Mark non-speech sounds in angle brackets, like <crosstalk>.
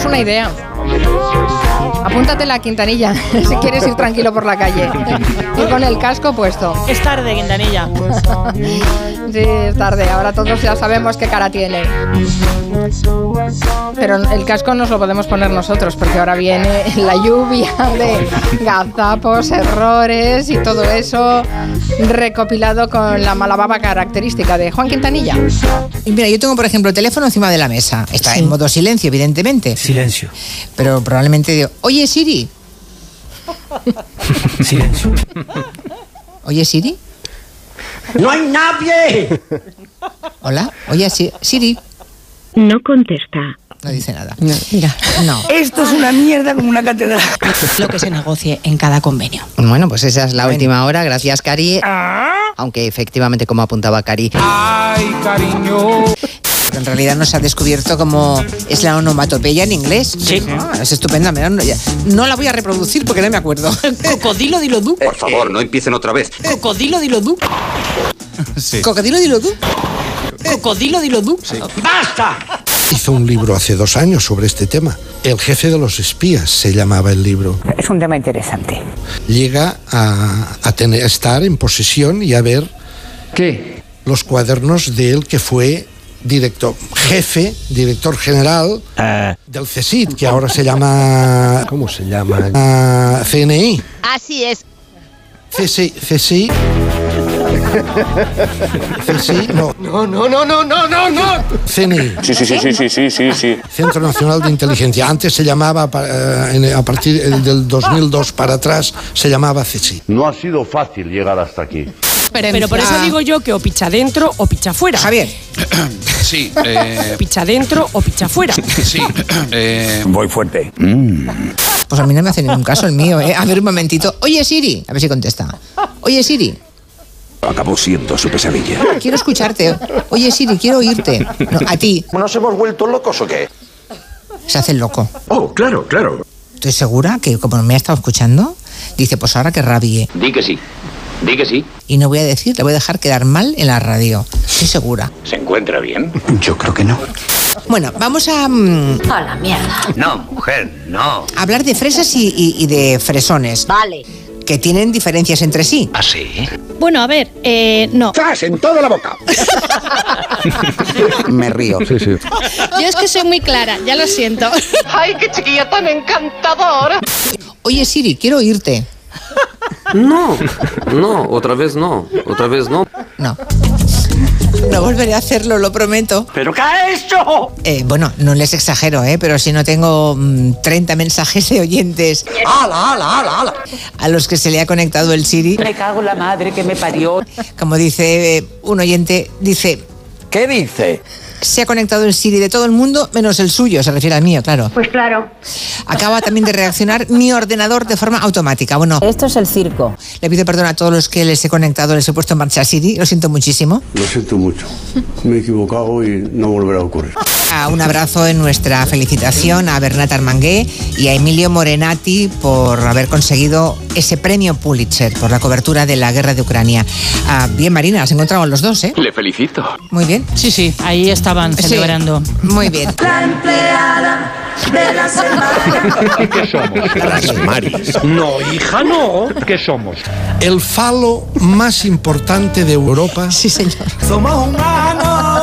Es una idea. Apúntatela, Quintanilla, <laughs> si quieres ir tranquilo por la calle. Y con el casco puesto. Es tarde, Quintanilla. Sí, es tarde. Ahora todos ya sabemos qué cara tiene. Pero el casco nos lo podemos poner nosotros, porque ahora viene la lluvia de gazapos, errores y todo eso recopilado con la malababa característica de Juan Quintanilla. Y mira, yo tengo, por ejemplo, el teléfono encima de la mesa. Está en modo silencio, evidentemente. Silencio. Pero probablemente digo, oye Siri, Silencio. oye Siri, ¡No hay nadie! hola, oye Si- Siri. No contesta. No dice nada. No, mira, No. Esto es una mierda como una catedral. lo que se negocie en cada convenio. Bueno, pues esa es la última hora. Gracias, Cari. Ah. Aunque efectivamente, como apuntaba Cari, Pero en realidad no se ha descubierto cómo es la onomatopeya en inglés. Sí. Ah, es estupenda. mira, no, ya- no la voy a reproducir porque no me acuerdo. Cocodilo, dilo du. Por favor, no empiecen otra vez. Cocodilo, dilo du. Cocodrilo dilo tú. Cocodilo, dilo du. Hizo un libro hace dos años sobre este tema. El jefe de los espías se llamaba el libro. Es un tema interesante. Llega a, a tener, a estar en posesión y a ver ¿Qué? los cuadernos de él que fue director, jefe, director general del CSIC, que ahora se llama... ¿Cómo se llama? Ah, CNI. Así es. CSI. CSI. <laughs> CSI, no. No, no, no, no, no, no, no. CNI. Sí, sí, sí, sí, sí, sí, sí, sí. Centro Nacional de Inteligencia. Antes se llamaba, pa- eh, en- a partir del 2002 para atrás, se llamaba CSI. No ha sido fácil llegar hasta aquí. Pero por eso digo yo que o picha dentro o picha fuera. Ah. Javier, Sí, eh, Picha dentro o picha fuera. sí. eh, Voy fuerte. pues a mí no me hace ningún caso el mío, ¿eh? A ver un momentito. Oye Siri, a ver si contesta. Oye Siri, Acabó siendo su pesadilla. quiero escucharte. Oye Siri, quiero oírte. No, a ti. ¿Nos hemos vuelto locos o qué? Se hace el loco. Oh, claro, claro. Estoy segura que como no me ha estado escuchando, dice, pues ahora que rabie. Di que sí. Di que sí. Y no voy a decir, le voy a dejar quedar mal en la radio. Estoy segura. ¿Se encuentra bien? Yo creo que no. Bueno, vamos a mm, A la mierda. No, mujer, no. hablar de fresas y, y- y de fresones, Vale. que tienen diferencias entre sí. ¿Así? Bueno, a ver, eh, no. ¡Tras en toda la <laughs> boca! me río. Yo es que soy muy clara, ya lo siento. ¡Ay, qué chiquilla tan encantadora! Oye, Siri, quiero oírte. <laughs> No, no, otra vez no, otra vez no. No. No volveré a hacerlo, lo prometo. ¿Pero qué ha hecho? Eh, bueno, no les exagero, ¿eh? pero si no tengo mm, 30 mensajes de oyentes ¡Hala, hala, hala, hala! a los que se le ha conectado el Siri, Me cago en la madre que me parió. como dice eh, un oyente, dice, ¿Qué dice? se ha conectado el Siri de todo el mundo menos el suyo, se refiere al mío, claro. Pues claro. Acaba también de reaccionar mi ordenador de forma automática. Bueno, Esto es el circo. le pido perdón a todos los que les he conectado, les he puesto en marcha a Siri, lo siento muchísimo. Lo siento mucho. Me he equivocado y no volverá a ocurrir. A un abrazo en nuestra felicitación a Bernat Armangué y a Emilio Morenati por haber conseguido ese premio Pulitzer por la cobertura de la guerra de Ucrania. Ah, bien, Marina, has encontrado a los dos, ¿eh? Le felicito. Muy bien. Sí, sí, ahí estaban Sí. celebrando. Muy bien. No, hija, no. ¿Qué somos? El falo más importante de Europa. Sí, señor. Somos humanos.